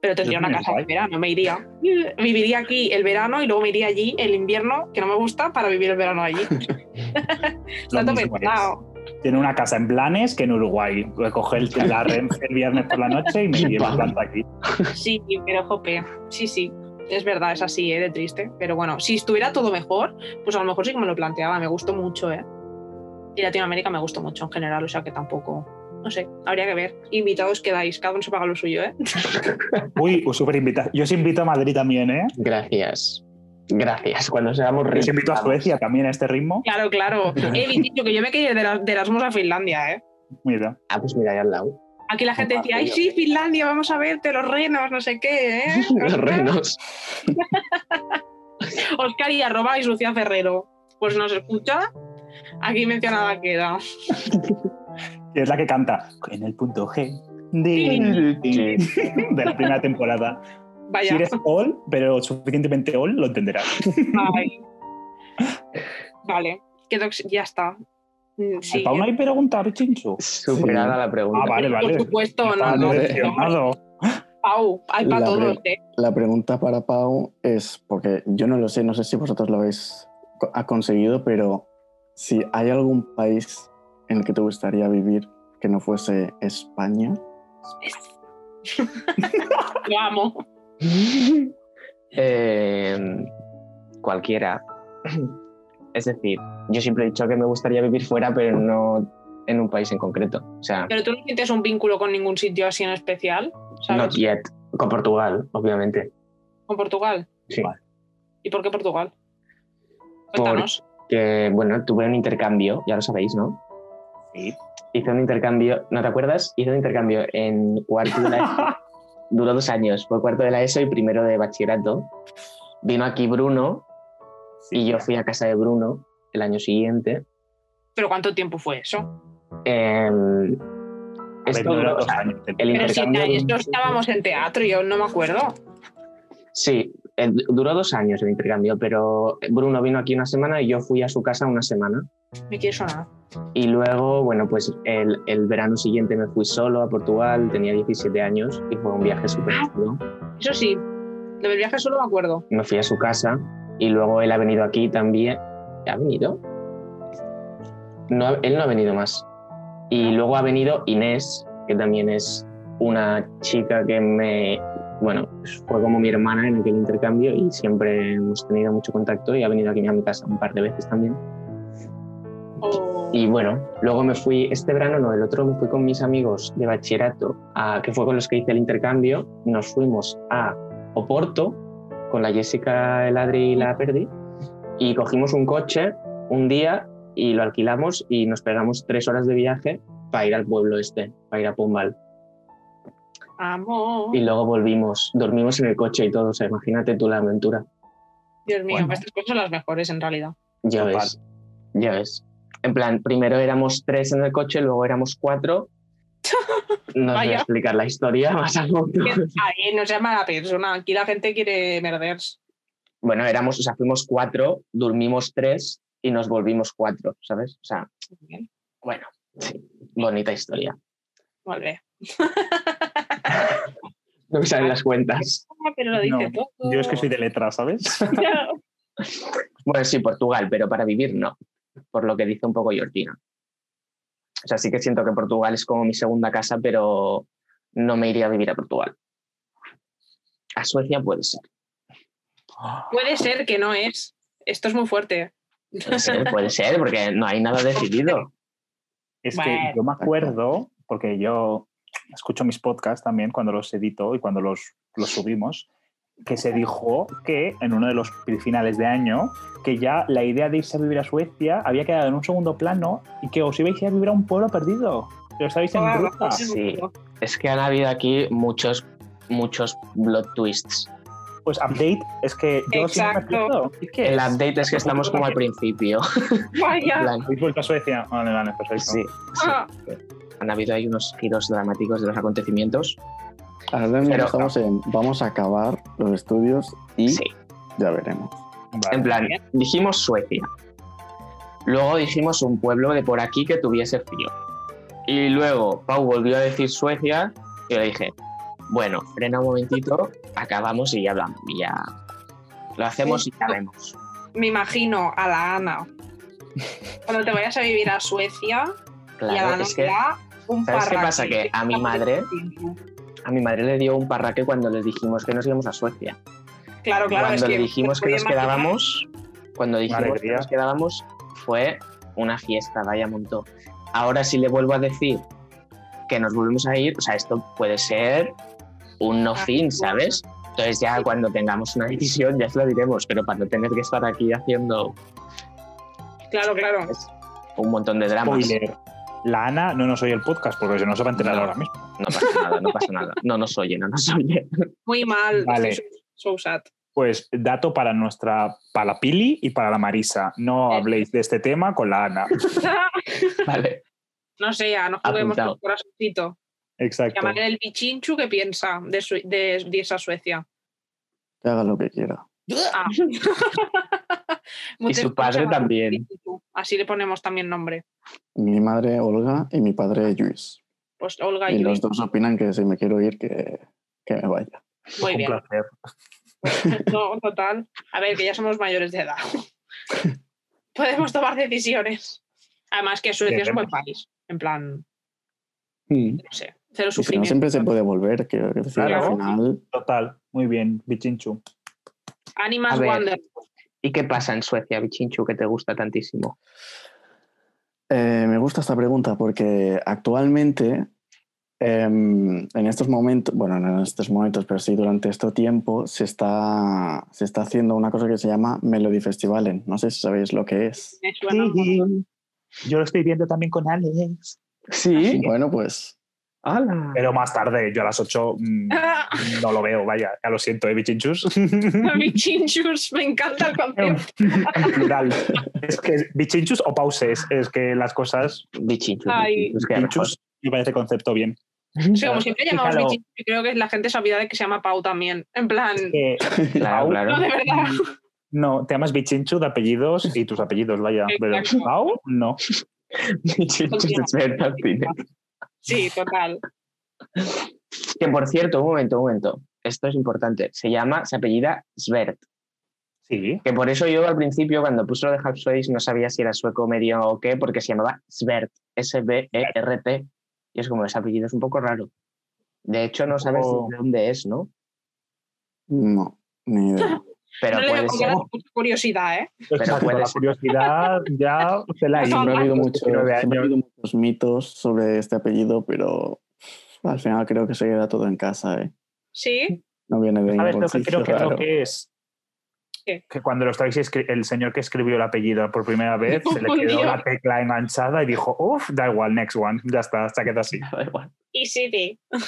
Speaker 1: Pero tendría una
Speaker 6: también,
Speaker 1: casa de
Speaker 6: guay.
Speaker 1: verano, me iría. Viviría aquí el verano y luego me iría allí el invierno, que no me gusta, para vivir el verano allí.
Speaker 6: Lo
Speaker 1: Tanto
Speaker 6: mismo es.
Speaker 1: pensado.
Speaker 6: Tiene una casa en planes que en Uruguay. Voy a coger la Renfe el viernes por la noche y me llevo
Speaker 2: Vale.
Speaker 6: tanto aquí.
Speaker 1: Sí, pero jope, sí, sí. Es verdad, es así, ¿eh? de triste. Pero bueno, si estuviera todo mejor, pues a lo mejor sí que me lo planteaba. Me gustó mucho, ¿eh? Y Latinoamérica me gustó mucho en general, o sea que tampoco. No sé, habría que ver. Invitados quedáis, cada uno se paga lo suyo, ¿eh?
Speaker 6: Uy, súper invitado. Yo os invito a Madrid también, ¿eh?
Speaker 2: Gracias. Gracias. Cuando seamos
Speaker 6: Yo os
Speaker 2: ricos.
Speaker 6: invito a Suecia también a este ritmo.
Speaker 1: Claro, claro. He dicho que yo me quería de la- de Erasmus a Finlandia, ¿eh?
Speaker 6: Mira.
Speaker 2: Ah, pues mira, ahí al lado.
Speaker 1: Aquí la
Speaker 2: Ah,
Speaker 1: gente decía, ay, sí, Finlandia, vamos a verte, los renos, no sé qué, ¿eh?
Speaker 2: Los renos.
Speaker 1: Oscar y arroba y Lucía Ferrero. Pues nos escucha. Aquí mencionada queda.
Speaker 6: que es la que canta en el punto G de, de la primera temporada. Si
Speaker 1: Vaya.
Speaker 6: eres all, pero suficientemente all, lo entenderás.
Speaker 1: Ay. Vale. Quedo ex- ya está. Mm, Sí.
Speaker 6: ¿Para una hay pregunta, Bichinchu?
Speaker 2: Superada la pregunta.
Speaker 6: Ah, vale, vale.
Speaker 1: Por supuesto, no,
Speaker 6: Estaba
Speaker 1: no.
Speaker 6: decepcionado.
Speaker 1: Pau, hay para
Speaker 5: La
Speaker 1: todos. ¿eh?
Speaker 5: La pregunta para Pau es, porque yo no lo sé, no sé si vosotros lo habéis co- ha conseguido, pero si hay algún país en el que te gustaría vivir que no fuese España,
Speaker 1: Lo amo.
Speaker 2: Eh, cualquiera. Es decir, yo siempre he dicho que me gustaría vivir fuera, pero no en un país en concreto. O sea,
Speaker 1: Pero tú no sientes un vínculo con ningún sitio así en especial,
Speaker 2: not
Speaker 1: ¿sabes?
Speaker 2: yet. Con Portugal, obviamente.
Speaker 1: Con Portugal.
Speaker 2: Sí.
Speaker 1: ¿Y por qué Portugal?
Speaker 2: Por-
Speaker 1: Cuéntanos.
Speaker 2: Que bueno, tuve un intercambio, ya lo sabéis, ¿no?
Speaker 6: Sí.
Speaker 2: Hice un intercambio, ¿no te acuerdas? Hice un intercambio en cuarto de la E duró dos años, fue cuarto de la ESO y primero de bachillerato. Vino aquí Bruno y yo fui a casa de Bruno el año siguiente.
Speaker 1: ¿Pero cuánto tiempo fue eso?
Speaker 2: Em,
Speaker 6: A ver,
Speaker 2: esto
Speaker 6: no
Speaker 2: duró-
Speaker 6: era
Speaker 2: o
Speaker 6: dos
Speaker 2: sea,
Speaker 6: años.
Speaker 2: el
Speaker 1: Pero si
Speaker 2: intercambio...
Speaker 1: no estábamos en teatro, yo no me acuerdo.
Speaker 2: Sí, eh, duró dos años el intercambio, pero Bruno vino aquí una semana y yo fui a su casa una semana.
Speaker 1: Me quiere sonar.
Speaker 2: Y luego, bueno, pues el, el verano siguiente me fui solo a Portugal, tenía 17 años y fue un viaje súper chulo.
Speaker 1: Eso sí, lo del viaje solo me acuerdo.
Speaker 2: Me fui a su casa y luego él ha venido aquí también. ¿Ha venido? No, ha- él no ha venido más. Y luego ha venido Inés, que también es una chica que me... Bueno, pues fue como mi hermana en aquel intercambio y siempre hemos tenido mucho contacto y ha venido aquí a mi casa un par de veces también.
Speaker 1: O-
Speaker 2: Y bueno, luego me fui, este verano no, el otro me fui con mis amigos de bachillerato, a- que fue con los que hice el intercambio. Nos fuimos a Oporto con la Jessica, el Adri y la Perdi y cogimos un coche un día y lo alquilamos y nos pegamos tres horas de viaje para ir al pueblo este, para ir a Pombal.
Speaker 1: Amo.
Speaker 2: Y luego volvimos, dormimos en el coche y todo, o sea, imagínate tú la aventura.
Speaker 1: Dios mío,
Speaker 6: Bueno.
Speaker 1: estas cosas son las mejores en realidad.
Speaker 2: Ya
Speaker 6: Total.
Speaker 2: ves. Ya ves. En plan, primero éramos tres en el coche, luego éramos cuatro. No os voy
Speaker 1: Vaya.
Speaker 2: a explicar la historia más a fondo.
Speaker 1: Que- A ver, no seas mala persona. Aquí la gente quiere merderse.
Speaker 2: Bueno, éramos, o sea, fuimos cuatro, durmimos tres y nos volvimos cuatro, ¿sabes? O sea,
Speaker 1: Bien.
Speaker 2: bueno, sí, bonita historia.
Speaker 1: Vale.
Speaker 2: No me salen las cuentas.
Speaker 1: Ah, Pero lo dice
Speaker 6: No,
Speaker 1: todo.
Speaker 6: Yo es que soy de letras, ¿sabes?
Speaker 2: Bueno, sí, Portugal, pero para vivir no, por lo que dice un poco Yortina. O sea, sí que siento que Portugal es como mi segunda casa, pero no me iría a vivir a Portugal. A Suecia puede ser,
Speaker 1: Puede ser que no es. Esto es muy fuerte.
Speaker 2: puede ser, puede ser, porque no hay nada decidido.
Speaker 6: Es
Speaker 1: Bueno.
Speaker 6: que yo me acuerdo, porque yo escucho mis podcasts también cuando los edito y cuando los, los subimos, que se dijo que en uno de los finales de año, que ya la idea de irse a vivir a Suecia había quedado en un segundo plano y que os ibais a ir a vivir a un pueblo perdido. Que os habéis en
Speaker 1: Ah,
Speaker 6: ruta.
Speaker 2: sí. Es que han habido aquí muchos, muchos plot twists.
Speaker 6: Pues update es que yo sí me
Speaker 1: Exacto.
Speaker 6: acuerdo. Es que
Speaker 2: El
Speaker 6: es-
Speaker 2: update es que estamos como al principio. en
Speaker 1: Vaya.
Speaker 2: plan, pues
Speaker 6: Habéis vuelto a Suecia. Vale, vale, perfecto.
Speaker 2: sí, sí.
Speaker 1: Ah,
Speaker 2: Han habido ahí unos giros dramáticos de los acontecimientos.
Speaker 5: Ahora mismo
Speaker 2: Pero-
Speaker 5: estamos en vamos a acabar los estudios y
Speaker 2: Sí.
Speaker 5: ya veremos.
Speaker 6: Vale.
Speaker 2: En plan, dijimos Suecia. Luego dijimos un pueblo de por aquí que tuviese frío. Y luego Pau volvió a decir Suecia y yo le dije, bueno, frena un momentito, acabamos y ya hablamos. Y ya lo hacemos y ya vemos.
Speaker 1: me imagino a la Ana. Cuando te vayas a vivir a Suecia y a la
Speaker 2: Claro, es que
Speaker 1: Navidad, un
Speaker 2: ¿sabes qué
Speaker 1: parraque.
Speaker 2: pasa? Que a mi madre- a mi madre le dio un parraque cuando le dijimos que nos íbamos a Suecia.
Speaker 1: Claro, claro.
Speaker 2: cuando
Speaker 1: es que
Speaker 2: le dijimos que
Speaker 1: podía
Speaker 2: nos
Speaker 1: imaginar.
Speaker 2: quedábamos, cuando dijimos que
Speaker 6: alegría.
Speaker 2: nos quedábamos, fue una fiesta, vaya montón. Ahora si le vuelvo a decir que nos volvemos a ir, o sea, esto puede ser un no
Speaker 1: Ah,
Speaker 2: fin, ¿sabes? Entonces ya cuando tengamos una decisión ya se lo diremos, pero para no tener que estar aquí haciendo
Speaker 1: Claro, claro.
Speaker 2: un montón de dramas,
Speaker 6: Spoiler. La Ana no nos oye el podcast porque si no se va a enterar
Speaker 2: No.
Speaker 6: ahora mismo.
Speaker 2: no pasa nada, no pasa nada. No nos oye, no nos oye.
Speaker 1: Muy mal.
Speaker 6: Vale.
Speaker 1: Estoy so, so sad.
Speaker 6: Pues dato para nuestra, para la Pili y para la Marisa. No
Speaker 1: Sí.
Speaker 6: habléis de este tema con la Ana.
Speaker 2: Vale,
Speaker 1: no sé, ya, no juguemos
Speaker 2: Apuntado.
Speaker 1: con corazoncito.
Speaker 6: Exacto.
Speaker 1: Llamarle el bichinchu que piensa de, Sue- de, de irse a Suecia.
Speaker 5: Que haga lo que quiera.
Speaker 1: Ah.
Speaker 2: Y su padre
Speaker 1: Muchas-
Speaker 2: también.
Speaker 1: Así le ponemos también nombre.
Speaker 5: Mi madre Olga y mi padre Luis.
Speaker 1: Pues Olga
Speaker 5: Y
Speaker 1: y
Speaker 5: los
Speaker 1: Luis.
Speaker 5: dos opinan que si me quiero ir, que, que me vaya.
Speaker 1: Muy
Speaker 6: Un
Speaker 1: bien.
Speaker 6: placer.
Speaker 1: No, total. A ver, que ya somos mayores de edad. Podemos tomar decisiones. Además que Suecia es un buen país. En plan, no sé, cero
Speaker 5: Y si no,
Speaker 1: sufrimiento.
Speaker 5: siempre se puede volver, quiero decir,
Speaker 6: Claro.
Speaker 5: al final.
Speaker 6: Total. Muy bien, bichinchu.
Speaker 1: Animas
Speaker 2: A ver.
Speaker 1: Wander.
Speaker 2: ¿Y qué pasa en Suecia, Bichinchu, que te gusta tantísimo?
Speaker 5: Eh, me gusta esta pregunta porque actualmente, em, en estos momentos, bueno, no en estos momentos, pero sí durante este tiempo, se está, se está haciendo una cosa que se llama Melody Festivalen. No sé si sabéis lo que es.
Speaker 1: Me suena.
Speaker 6: Yo lo estoy viendo también con Alex.
Speaker 2: Sí.
Speaker 5: Bueno, pues
Speaker 2: Hola.
Speaker 6: Pero más tarde, yo a las 8 mm, no lo veo, vaya. Ya lo siento, ¿eh, bichinchus?
Speaker 1: Bichinchus, me encanta el
Speaker 6: Em,
Speaker 1: concepto.
Speaker 6: en plural. Es que es bichinchus o pauses. Es que las cosas.
Speaker 2: Bichinchu.
Speaker 1: Ay.
Speaker 2: Bichinchu, es que
Speaker 6: Bichinchus pues, me parece concepto bien.
Speaker 1: O sea, como siempre llamamos
Speaker 6: Fíjalo.
Speaker 1: bichinchu, yo creo que la gente se olvida de que se llama Pau también. En plan,
Speaker 6: Eh,
Speaker 2: Claro,
Speaker 6: Pau,
Speaker 2: claro.
Speaker 1: no, de verdad.
Speaker 6: No, te llamas Bichinchu de apellidos y tus apellidos, vaya. Pero
Speaker 1: Exacto.
Speaker 6: Pau, no.
Speaker 2: Bichinchu
Speaker 1: Continúa.
Speaker 2: se ve tan fino.
Speaker 1: Sí, total.
Speaker 2: Que por cierto, un momento, un momento. Esto es importante. Se llama, se apellida Svert.
Speaker 6: Sí.
Speaker 2: Que por eso yo al principio, cuando puso lo de Half Space, no sabía si era sueco medio o qué, porque se llamaba Svert. S-B-E-R-T. Y es como ese apellido es un poco raro. De hecho, no sabes
Speaker 6: poco-
Speaker 2: de dónde es, ¿no?
Speaker 5: no, ni idea.
Speaker 2: Pero
Speaker 1: no le
Speaker 2: puede
Speaker 1: veo
Speaker 2: puede
Speaker 1: porque
Speaker 2: ser.
Speaker 1: era mucha curiosidad, ¿eh?
Speaker 6: Pero
Speaker 2: puede
Speaker 6: la
Speaker 2: ser.
Speaker 6: curiosidad ya se la ha ido.
Speaker 5: Siempre ha habido, mucho-
Speaker 6: 19
Speaker 5: siempre ha
Speaker 6: años.
Speaker 5: habido muchos mitos sobre este apellido, pero al final creo que se queda todo en casa. ¿eh?
Speaker 1: Sí,
Speaker 5: No viene de
Speaker 6: ¿Sabes
Speaker 5: ningún
Speaker 6: lo que
Speaker 5: sitio
Speaker 6: creo que es lo
Speaker 5: raro.
Speaker 6: que es?
Speaker 1: ¿Qué?
Speaker 6: Que cuando lo estabais escri- el señor que escribió el apellido por primera vez se le
Speaker 1: Oh,
Speaker 6: quedó
Speaker 1: Dios.
Speaker 6: la tecla enganchada y dijo, uff, da igual, next one, ya está, se ha quedado así.
Speaker 2: Da igual.
Speaker 1: y sí, sí.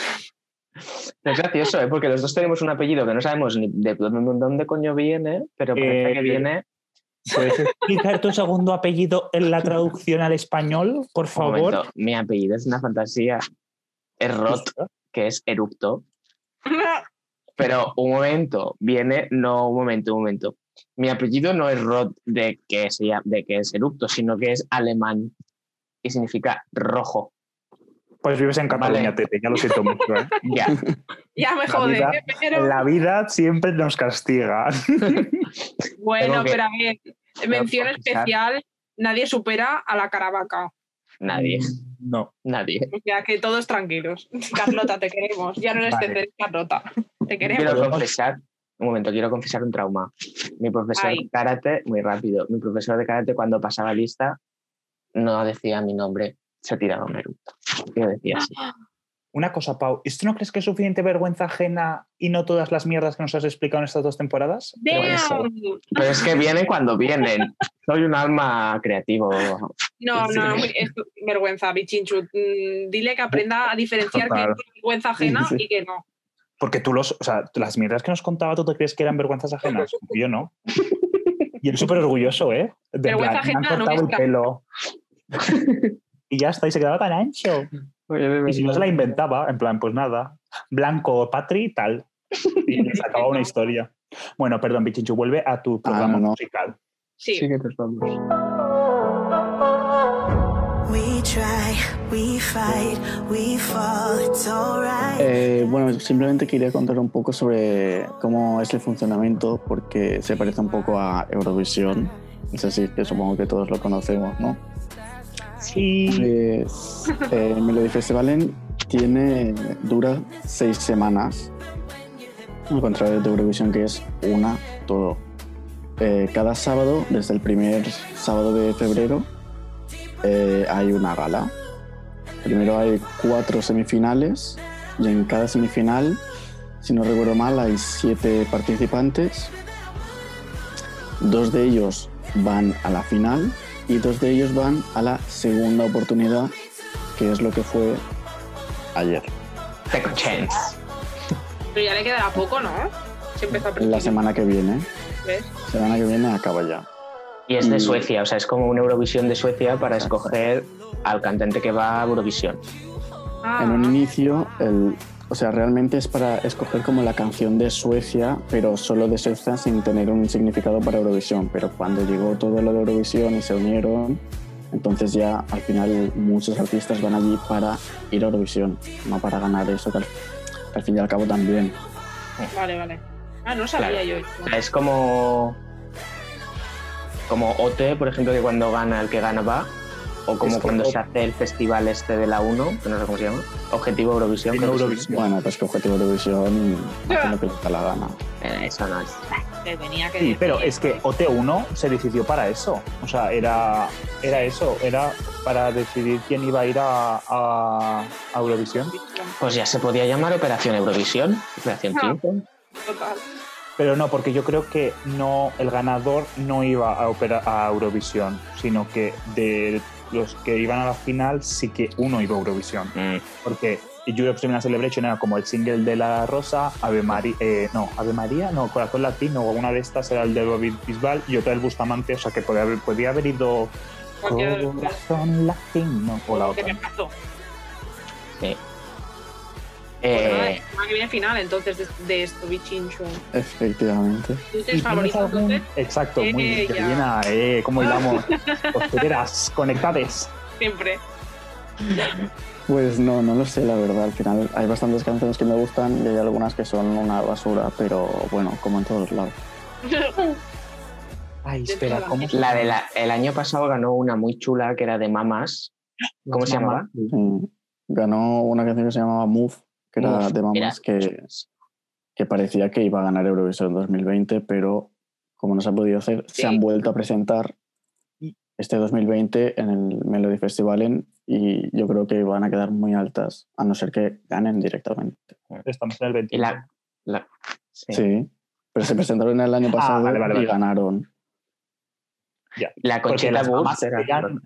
Speaker 2: No, es gracioso, ¿eh? porque los dos tenemos un apellido que no sabemos ni de dónde, dónde coño viene, pero parece
Speaker 6: Eh,
Speaker 2: que viene.
Speaker 6: ¿Puedes explicar tu segundo apellido en la traducción al español, por
Speaker 2: Un
Speaker 6: favor?
Speaker 2: momento, mi apellido es una fantasía. Es Rot, que es erupto. Pero un momento, viene, no, un momento, un momento. Mi apellido no es Rot de que, se llama- de que es erupto, sino que es alemán y significa rojo.
Speaker 6: Pues vives en Cataluña,
Speaker 2: Vale.
Speaker 6: Tete, ya lo siento mucho. ¿eh?
Speaker 2: Ya.
Speaker 1: Ya me
Speaker 6: La
Speaker 1: jode,
Speaker 6: vida-
Speaker 1: ¿eh? pero
Speaker 6: La vida siempre nos castiga.
Speaker 1: bueno,
Speaker 2: tengo que-
Speaker 1: pero a ver, mención
Speaker 2: puedo pensar.
Speaker 1: especial, nadie supera a la caravaca.
Speaker 2: Nadie,
Speaker 6: No.
Speaker 2: nadie.
Speaker 1: O sea que todos tranquilos. Carlota, te queremos. Ya no eres
Speaker 6: Vale.
Speaker 1: Cecés, Carlota. Te queremos.
Speaker 2: Quiero confesar, un momento, quiero confesar un trauma. Mi profesor
Speaker 1: Ay.
Speaker 2: de karate, muy rápido, mi profesor de karate cuando pasaba lista no decía mi nombre, se tiraba un eructo. Yo decía así.
Speaker 6: Una cosa, Pau, ¿esto no crees que es suficiente vergüenza ajena y no todas las mierdas que nos has explicado en estas dos temporadas?
Speaker 1: Damn.
Speaker 2: Pero es que vienen cuando vienen. Soy un alma creativo.
Speaker 1: No,
Speaker 2: Sí.
Speaker 1: no, es vergüenza, bichinchu. Mm, Dile que aprenda a diferenciar
Speaker 6: Total.
Speaker 1: que es vergüenza ajena
Speaker 5: Sí, sí.
Speaker 1: y que no.
Speaker 6: Porque tú los, o sea, las mierdas que nos contaba, ¿tú te crees que eran vergüenzas ajenas? Porque Yo no. Y él súper orgulloso, ¿eh? De
Speaker 1: Vergüenza
Speaker 6: plan, me
Speaker 1: ajena,
Speaker 6: han
Speaker 1: no
Speaker 6: cortado
Speaker 1: mezcla.
Speaker 6: el pelo. y ya está, y se quedaba tan ancho. Y si no se la inventaba, en plan, pues nada. Blanco, patri, tal. Y les acababa una historia. Bueno, perdón, Pichinchu, vuelve a tu programa
Speaker 5: no, no.
Speaker 6: musical.
Speaker 1: Sí.
Speaker 7: We try, we fight, we fall, it's alright.
Speaker 5: Eh, bueno, simplemente quería contar un poco sobre cómo es el funcionamiento, porque se parece un poco a Eurovisión. Es decir, que supongo que todos lo conocemos, ¿no?
Speaker 6: Sí.
Speaker 5: Pues, eh, Melody Festivalen tiene, dura seis semanas, al contrario de Eurovisión que es una todo. Eh, cada sábado, desde el primer sábado de febrero, eh, hay una gala. Primero hay cuatro semifinales y en cada semifinal, si no recuerdo mal, hay siete participantes. Dos de ellos van a la final y dos de ellos van a la segunda oportunidad, que es lo que fue ayer,
Speaker 2: Second chance.
Speaker 1: Pero ya le quedará poco, ¿no? Se empezó a
Speaker 5: la
Speaker 1: presentar,
Speaker 5: semana que viene.
Speaker 1: ¿ves?
Speaker 5: Semana que viene acaba ya.
Speaker 2: Y es de
Speaker 6: Mm.
Speaker 5: Y-
Speaker 2: Suecia, o sea, es como una Eurovisión de Suecia para escoger al cantante que va a Eurovisión.
Speaker 1: Ah,
Speaker 5: En un inicio, el, o sea, realmente es para escoger como la canción de Suecia, pero solo de Suecia sin tener un significado para Eurovisión. Pero cuando llegó todo lo de Eurovisión y se unieron, entonces ya al final muchos artistas van allí para ir a Eurovisión, no para ganar eso, que al, que al fin y al cabo también.
Speaker 1: Vale, vale. Ah, no sabía
Speaker 2: Claro.
Speaker 1: yo
Speaker 2: O
Speaker 1: esto.
Speaker 2: sea, es como. Como OT, por ejemplo, que cuando gana el que gana va. O como
Speaker 6: Es
Speaker 2: cuando
Speaker 6: como-
Speaker 2: se hace el festival este de la 1, que no sé cómo se llama. Objetivo Eurovisión.
Speaker 6: En
Speaker 2: creo que se
Speaker 6: Eurovisión.
Speaker 5: Bueno, pues que objetivo de Eurovisión, haciendo que te da la gana.
Speaker 2: llama. Eh, eso no es.
Speaker 1: Te tenía que
Speaker 6: Sí,
Speaker 1: decir.
Speaker 6: pero es que OT1 se decidió para eso. O sea, era, era eso, era para decidir quién iba a ir a, a, a Eurovisión.
Speaker 2: Pues ya se podía llamar Operación Eurovisión. Operación
Speaker 1: Ah.
Speaker 2: Triunfo. Mm.
Speaker 1: Total.
Speaker 6: Pero no, porque yo creo que no el ganador no iba a, opera- a Eurovisión, sino que de los que iban a la final sí que uno iba a Eurovisión.
Speaker 2: Mm.
Speaker 1: Pues
Speaker 6: Porque Europe Seminar Celebration era como el single de La Rosa, Ave María, no, Ave María, no, Corazón Latino, o alguna de estas era el de David Bisbal y otra el Bustamante, o sea que podía haber, podía haber ido
Speaker 1: Cualquiera de los dos.
Speaker 6: Corazón Latino o la
Speaker 1: Que me
Speaker 6: otra.
Speaker 1: pasó. Pues nada,
Speaker 2: Eh,
Speaker 1: la semana que viene final, entonces, de, de esto, bichinchu.
Speaker 5: Efectivamente.
Speaker 1: ¿Tú
Speaker 6: ¿Y
Speaker 1: tienes favorito,
Speaker 6: tienes algún-
Speaker 1: entonces?
Speaker 6: Exacto, muy bien,
Speaker 1: Ella.
Speaker 6: Carolina, eh, ¿cómo hilamos? Costureras, conectades.
Speaker 1: Siempre.
Speaker 5: Pues no, no lo sé, la verdad. Al final hay bastantes canciones que me gustan y hay algunas que son una basura, pero bueno, como en todos lados.
Speaker 6: Ay,
Speaker 1: De
Speaker 6: espera,
Speaker 1: todas
Speaker 6: ¿cómo
Speaker 1: las
Speaker 6: se
Speaker 2: la de la, el año pasado ganó una muy chula que era de Mamas. ¿Cómo se llamaba?
Speaker 5: Mm, Ganó una canción que se llamaba Move, que era
Speaker 2: Move,
Speaker 5: de mamás
Speaker 2: era-
Speaker 5: que, que parecía que iba a ganar Eurovisión 2020, pero como no se ha podido hacer,
Speaker 1: Sí.
Speaker 5: se han vuelto a presentar este 2020 en el Melody Festival en- y yo creo que van a quedar muy altas, a no ser que ganen directamente.
Speaker 6: Estamos en el 20.
Speaker 2: Y la, la-
Speaker 5: Sí. Pero se presentaron el año pasado
Speaker 6: Ah, vale, vale,
Speaker 5: y
Speaker 6: vale.
Speaker 5: ganaron.
Speaker 2: la
Speaker 6: Porque
Speaker 2: Conchita
Speaker 6: las
Speaker 2: Wurst
Speaker 6: mamás
Speaker 2: era-
Speaker 6: eran-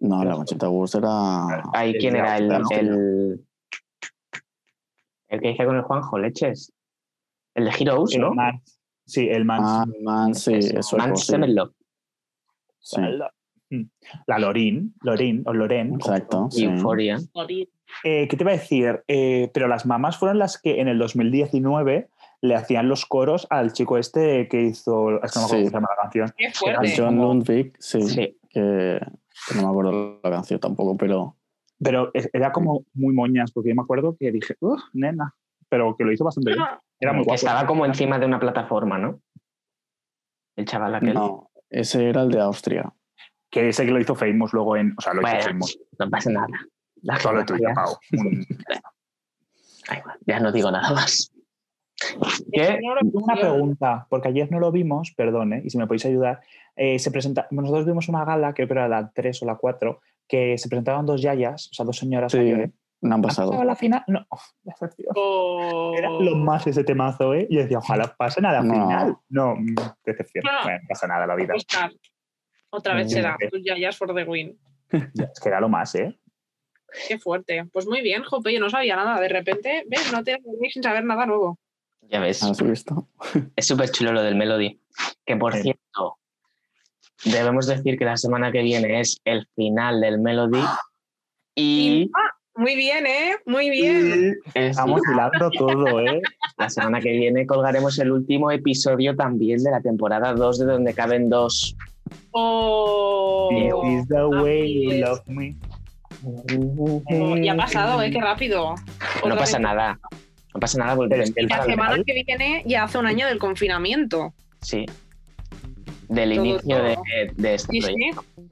Speaker 5: No, la Conchita Wurst era...
Speaker 2: Ahí, ¿quién
Speaker 6: Ya,
Speaker 2: era? El,
Speaker 5: claro.
Speaker 2: el, el que hice con el Juanjo, leches. El de Heroes,
Speaker 6: el
Speaker 2: ¿no? Ah,
Speaker 6: Mans. Sí, el Mans.
Speaker 5: Man, Ah, man, sí,
Speaker 2: Eso,
Speaker 5: eso
Speaker 2: Man
Speaker 5: es. sí,
Speaker 2: Semenlov.
Speaker 5: sí,
Speaker 6: mm. La Lorín, Lorín o Loren. como-
Speaker 5: exacto.
Speaker 2: y
Speaker 5: sí.
Speaker 2: Euphoria.
Speaker 6: Eh, ¿Qué te iba a decir? Eh, pero las mamás fueron las que en el 2019 le hacían los coros al chico este que hizo. Es que no me acuerdo
Speaker 5: Sí.
Speaker 6: cómo se llama la canción.
Speaker 1: Qué
Speaker 5: El
Speaker 1: fuerte.
Speaker 5: John Lundvik, sí,
Speaker 2: Sí.
Speaker 5: Que, que no me acuerdo la canción tampoco, pero
Speaker 6: Pero es- era como muy moñas, porque yo me acuerdo que dije, uff, nena. Pero que lo hizo bastante bien. Era muy
Speaker 2: Que
Speaker 6: guapo.
Speaker 2: estaba como encima de una plataforma, ¿no? El chaval aquel.
Speaker 5: no, ese era el de Austria.
Speaker 6: Que ese que lo hizo Famous luego en. O sea, lo
Speaker 2: Bueno,
Speaker 6: hizo Famous.
Speaker 2: no pasa nada. La
Speaker 6: Solo tú y yo,
Speaker 2: geografía-
Speaker 6: Pau. Un-
Speaker 2: Da igual, Ya no digo nada más. ¿Qué?
Speaker 6: Una pregunta, porque ayer no lo vimos, perdón, ¿eh? y si me podéis ayudar. eh, se presenta, nosotros vimos una gala, creo que era la 3 o la 4, que se presentaban dos yayas, o sea, dos señoras.
Speaker 5: Sí,
Speaker 6: mayores.
Speaker 5: No han
Speaker 6: ¿Ha pasado
Speaker 5: pasado.
Speaker 6: a la final? No, Uf, decepción.
Speaker 1: Oh.
Speaker 6: Era lo más ese temazo, ¿eh? Yo decía, ojalá pasen a la
Speaker 5: No.
Speaker 6: final. No, mm, decepción.
Speaker 1: No. Pues-
Speaker 6: Bueno, no pasa nada la vida.
Speaker 1: Oscar. Otra vez
Speaker 6: Sí.
Speaker 1: será. Tú ya, ya es for the win.
Speaker 6: Es que era lo más, ¿eh?
Speaker 1: Qué fuerte. Pues muy bien, Jope. Yo no sabía nada. De repente, ves, no te dormís sin saber nada nuevo.
Speaker 2: Ya ves.
Speaker 5: ¿Has visto?
Speaker 2: Es súper chulo lo del Melody. Que por
Speaker 6: Sí.
Speaker 2: cierto, debemos decir que la semana que viene es el final del Melody. Y
Speaker 1: Muy bien, ¿eh? Muy bien.
Speaker 2: es-
Speaker 6: Estamos hilando todo, ¿eh?
Speaker 2: la semana que viene colgaremos el último episodio también de la temporada 2 de Donde Caben Dos.
Speaker 1: Oh.
Speaker 6: This is the way
Speaker 1: así
Speaker 6: you
Speaker 1: es.
Speaker 6: love me.
Speaker 1: Oh, Y ha pasado, ¿eh? Qué rápido.
Speaker 2: No
Speaker 1: Otra
Speaker 2: pasa
Speaker 1: vez.
Speaker 2: nada. No pasa nada porque
Speaker 6: Pero es que el
Speaker 1: La
Speaker 6: final-
Speaker 1: semana que viene ya hace un año del confinamiento.
Speaker 2: Sí. Del
Speaker 1: Todo,
Speaker 2: inicio de,
Speaker 1: todo.
Speaker 2: de este
Speaker 1: Sí,
Speaker 2: proyecto.
Speaker 1: sí.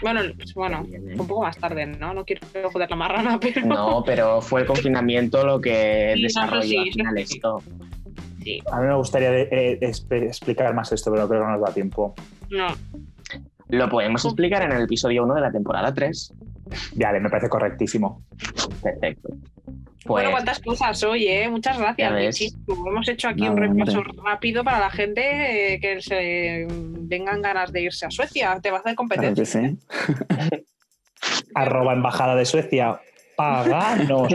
Speaker 1: Bueno, bueno, un poco más tarde, ¿no? No quiero joder la marrana, pero.
Speaker 2: No, pero fue el confinamiento lo que
Speaker 1: Sí, no, no,
Speaker 2: desarrolló
Speaker 1: sí,
Speaker 2: al final
Speaker 1: sí.
Speaker 2: esto.
Speaker 6: A mí me gustaría eh, espe- explicar más esto, pero creo que no nos da tiempo.
Speaker 1: No.
Speaker 2: Lo podemos explicar en el episodio 1 de la temporada 3.
Speaker 6: Vale, me parece correctísimo.
Speaker 2: Perfecto. Pues,
Speaker 1: bueno, cuántas cosas hoy, ¿eh? Muchas
Speaker 2: Ya
Speaker 1: gracias,
Speaker 2: ves.
Speaker 1: Michi. Hemos hecho aquí un
Speaker 5: Nada,
Speaker 1: repaso rápido para la gente eh, que se eh, vengan ganas de irse a Suecia. Te va a hacer
Speaker 6: Pues
Speaker 5: Claro que
Speaker 1: competencia.
Speaker 5: sí.
Speaker 6: Arroba embajada de Suecia.
Speaker 2: Pues,
Speaker 6: Paganos.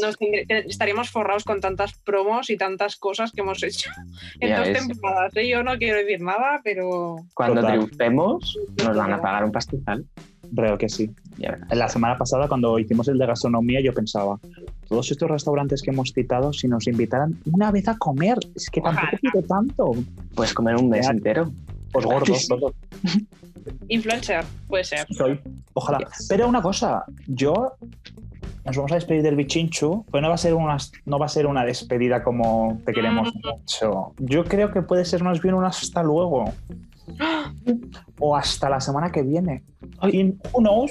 Speaker 1: Nos tendré- te- estaríamos forrados con tantas promos y tantas cosas que hemos hecho en
Speaker 2: Ya
Speaker 1: dos
Speaker 2: ves.
Speaker 1: temporadas. ¿eh? Yo no quiero decir nada, pero.
Speaker 2: cuando
Speaker 6: Total.
Speaker 2: triunfemos, nos van a pagar un pastizal.
Speaker 6: Creo que sí.
Speaker 2: Ya verás.
Speaker 6: La semana pasada, cuando hicimos el de gastronomía, yo pensaba, todos estos restaurantes que hemos citado, si nos invitaran una vez a comer, es que tampoco
Speaker 1: Ojalá.
Speaker 6: pido tanto.
Speaker 2: Puedes comer un mes
Speaker 6: Ya.
Speaker 2: entero.
Speaker 6: Pues gordos, gordos.
Speaker 1: Influencer, puede ser.
Speaker 6: Soy. Ojalá. Pero una cosa, yo nos vamos a despedir del bichinchu, pues no va a ser una, no va a ser una despedida como te queremos
Speaker 2: Mm.
Speaker 6: mucho. Yo creo que puede ser más bien un hasta luego.
Speaker 2: ¡Ah!
Speaker 6: O hasta la semana que viene. ¿Quién- Who knows?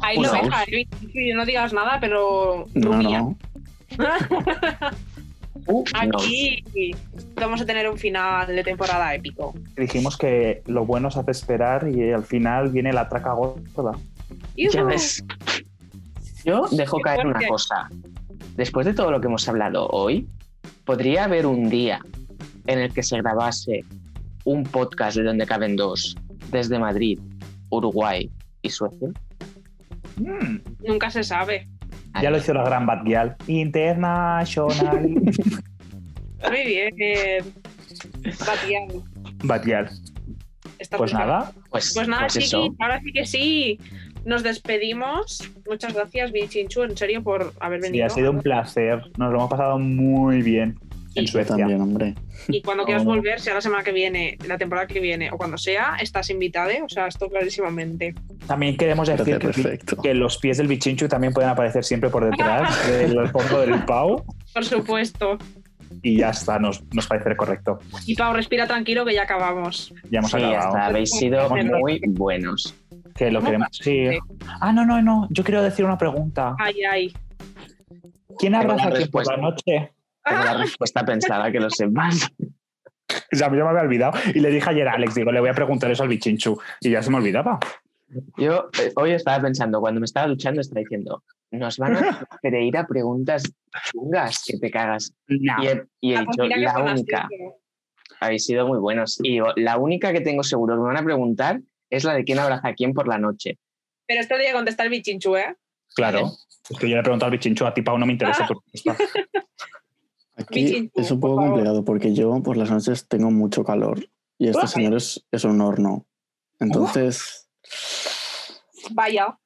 Speaker 1: Ahí
Speaker 2: Una
Speaker 1: lo
Speaker 2: voz.
Speaker 1: deja, ¿eh? Michi, no digas nada, pero.
Speaker 5: No,
Speaker 1: rubia.
Speaker 5: no.
Speaker 2: Uh, no.
Speaker 1: Aquí vamos a tener un final de temporada épico.
Speaker 6: Dijimos que lo bueno se hace esperar y al final viene la traca gorda.
Speaker 2: Ya
Speaker 1: Yujú.
Speaker 2: ves. Yo dejo
Speaker 1: Qué
Speaker 2: caer una
Speaker 1: fuerte.
Speaker 2: cosa. Después de todo lo que hemos hablado hoy, podría haber un día en el que se grabase un podcast de donde caben dos desde Madrid, Uruguay y Suecia.
Speaker 6: Mm.
Speaker 1: Nunca se sabe.
Speaker 6: Ya lo hizo la gran Bad Girl. International.
Speaker 1: Muy bien. eh, Batián,
Speaker 6: Bad Girl.
Speaker 1: estás
Speaker 6: Pues
Speaker 1: muy
Speaker 6: nada,
Speaker 2: Pues,
Speaker 1: Pues nada,
Speaker 2: pues
Speaker 1: chiquis,
Speaker 2: eso.
Speaker 1: ahora sí que sí. Nos despedimos. Muchas gracias, Bichinchu, en serio, por haber
Speaker 6: sí,
Speaker 1: venido.
Speaker 6: ha sido un placer. Nos lo hemos pasado muy bien en
Speaker 1: Y-
Speaker 5: Yo
Speaker 6: Suecia.
Speaker 5: también, hombre.
Speaker 1: Y cuando
Speaker 6: Oh.
Speaker 1: quieras volver, sea la semana que viene, la temporada que viene o cuando sea, estás invitada, ¿eh? o sea, esto clarísimamente.
Speaker 6: También queremos decir
Speaker 5: Parece
Speaker 6: que,
Speaker 5: perfecto.
Speaker 6: que los pies del bichinchu también pueden aparecer siempre por detrás del fondo del Pau.
Speaker 1: Por supuesto.
Speaker 6: Y ya está, nos, nos parece correcto.
Speaker 1: Y Pau, respira tranquilo que ya acabamos.
Speaker 6: Ya hemos
Speaker 2: Sí, ya
Speaker 6: acabado.
Speaker 2: está. Habéis sido muy buenos.
Speaker 6: Que lo queremos. Sí. Ah, no, no, no. Yo quiero decir una pregunta.
Speaker 1: Ay, ay.
Speaker 6: ¿Quién
Speaker 2: Tengo
Speaker 6: abraza
Speaker 2: una
Speaker 6: aquí por
Speaker 2: respuesta.
Speaker 6: la noche?
Speaker 2: Tengo la respuesta pensada, que lo sepas.
Speaker 6: O sea, yo me había olvidado. Y le dije ayer a Alex, digo, le voy a preguntar eso al bichinchu. Y ya se me olvidaba.
Speaker 2: Yo eh, hoy estaba pensando, cuando me estaba duchando, estaba diciendo, nos van a pedir a preguntas chungas que te cagas.
Speaker 6: No.
Speaker 2: Y he, y he
Speaker 1: La
Speaker 2: dicho,
Speaker 1: cocina Ah, pues que
Speaker 2: la
Speaker 1: son así,
Speaker 2: única.
Speaker 1: que-
Speaker 2: Habéis sido muy buenos. Y digo, la única que tengo seguro que me van a preguntar es la de quién abraza a quién por la noche.
Speaker 1: Pero esto tiene que contestar el bichinchu, ¿eh?
Speaker 6: Claro. Es que yo le he preguntado al bichinchu, a ti, Pau, no me
Speaker 5: Ah.
Speaker 6: interesa tu respuesta.
Speaker 5: Aquí
Speaker 1: Bichinchu,
Speaker 5: es un
Speaker 1: por
Speaker 5: poco
Speaker 1: favor.
Speaker 5: complicado porque yo por las noches tengo mucho calor y este
Speaker 1: Ah.
Speaker 5: señor es, es un horno. Entonces
Speaker 1: Vaya.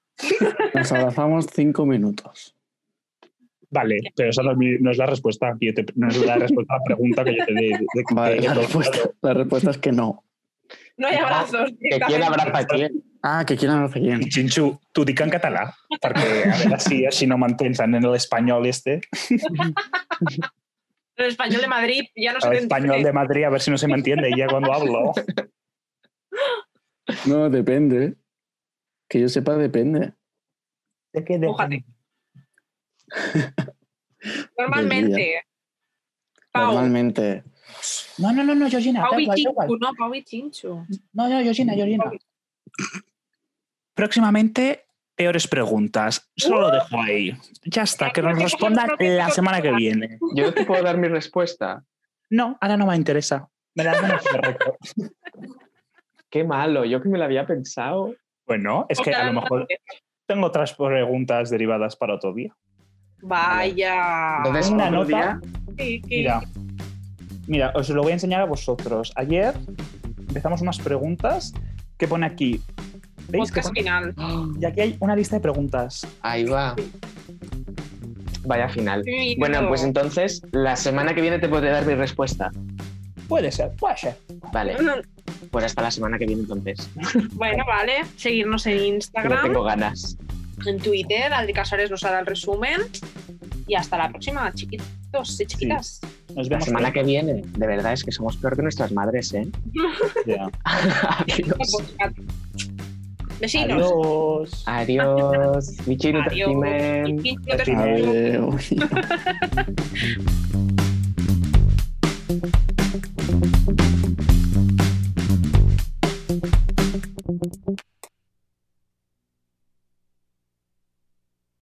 Speaker 5: nos abrazamos cinco minutos.
Speaker 6: Vale, pero esa no es, mi- no es la respuesta. que yo te- no es la respuesta a la pregunta que yo te di. de- que-
Speaker 5: Vale,
Speaker 6: que-
Speaker 5: la respuesta, la respuesta es que no.
Speaker 1: No hay
Speaker 2: No,
Speaker 1: abrazos.
Speaker 2: Que quién abraza a quién.
Speaker 5: Ah, que quién abraza a quién.
Speaker 6: Bichinchu, tu dic en català, perquè a veure si així no mantens en l'espanyol este,
Speaker 1: El español de Madrid ya no se
Speaker 6: el
Speaker 1: te
Speaker 6: español de
Speaker 1: entiende.
Speaker 6: Madrid, a ver si no se me entiende ya cuando hablo.
Speaker 5: No, depende. Que yo sepa, depende.
Speaker 1: Mójate. Normalmente. Pau.
Speaker 5: Normalmente.
Speaker 6: No, no, no, no, Georgina,
Speaker 1: Pau
Speaker 6: tal qual, tal qual.
Speaker 1: Bichinchu, no, Pau Bichinchu.
Speaker 6: No, no, Georgina, Georgina. Próximamente, peores preguntas. Solo lo dejo ahí. Ya está, que nos respondan la semana que viene.
Speaker 2: Yo te puedo dar mi respuesta.
Speaker 6: No, ahora no me interesa. Me la dan en el correcto.
Speaker 2: Qué malo, yo que me la había pensado.
Speaker 6: Bueno, es que a lo mejor tengo otras preguntas derivadas para otro día.
Speaker 1: Vaya.
Speaker 2: Entonces,
Speaker 6: Una
Speaker 2: otro día-
Speaker 6: nota.
Speaker 1: Sí, que-
Speaker 6: Mira, mira, os lo voy a enseñar a vosotros. Ayer empezamos unas preguntas que pone aquí. ¿Veis? Que
Speaker 1: podcast
Speaker 6: pone-
Speaker 1: final.
Speaker 6: y aquí hay una lista de preguntas.
Speaker 2: Ahí va. Vaya final.
Speaker 1: Sí,
Speaker 2: Bueno,
Speaker 1: no.
Speaker 2: pues entonces la semana que viene te podré dar mi respuesta.
Speaker 6: Puede ser, puede ser.
Speaker 2: Vale, pues hasta la semana que viene entonces.
Speaker 1: Bueno, vale. Seguirnos en
Speaker 2: No
Speaker 1: Instagram,
Speaker 2: tengo ganas.
Speaker 1: en Twitter. Adri Casares nos hará el resumen. Y hasta la próxima, chiquitos y chiquitas.
Speaker 6: Nos
Speaker 2: La
Speaker 6: vemos
Speaker 2: semana que viene, de verdad es que somos peor que nuestras madres, ¿eh?
Speaker 6: Ya.
Speaker 2: Adiós.
Speaker 1: Vecinos.
Speaker 6: Adiós.
Speaker 2: Adiós. Michiru,
Speaker 1: Adiós.
Speaker 2: Tatimen.
Speaker 1: Bichinchu, te
Speaker 5: A ver, uy.